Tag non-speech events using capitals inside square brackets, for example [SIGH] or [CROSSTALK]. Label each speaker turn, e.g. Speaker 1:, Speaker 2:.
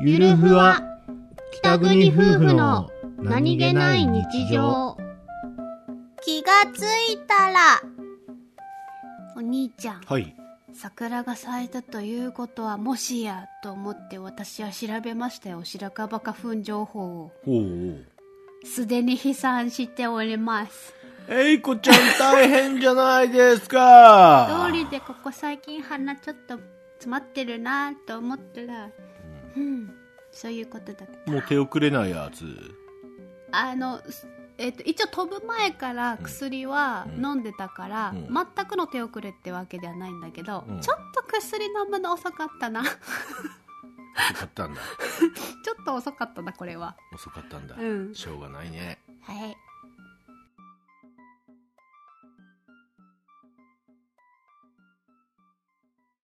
Speaker 1: ゆるふわ北国夫婦の何気ない日常
Speaker 2: 気がついたらお兄ちゃん
Speaker 1: はい
Speaker 2: 桜が咲いたということはもしやと思って私は調べましたよ白樺花粉情報を
Speaker 1: おう
Speaker 2: すでに飛散しております
Speaker 1: おえいこちゃん大変じゃないですか
Speaker 2: 通りでここ最近鼻ちょっと詰まってるなと思ったらうんそういうことだった
Speaker 1: もう手遅れないやつ
Speaker 2: あの、すえっと一応飛ぶ前から薬は
Speaker 1: うん
Speaker 2: 飲んでたから、
Speaker 1: うん
Speaker 2: 全くの手遅れってわけではないんだけど、
Speaker 1: うん
Speaker 2: ちょっと薬飲むの遅かったな [LAUGHS] ちょ
Speaker 1: 遅かったんだ
Speaker 2: っと遅かったなこれは
Speaker 1: 遅かったんだ、
Speaker 2: うん
Speaker 1: しょうがないね
Speaker 2: はい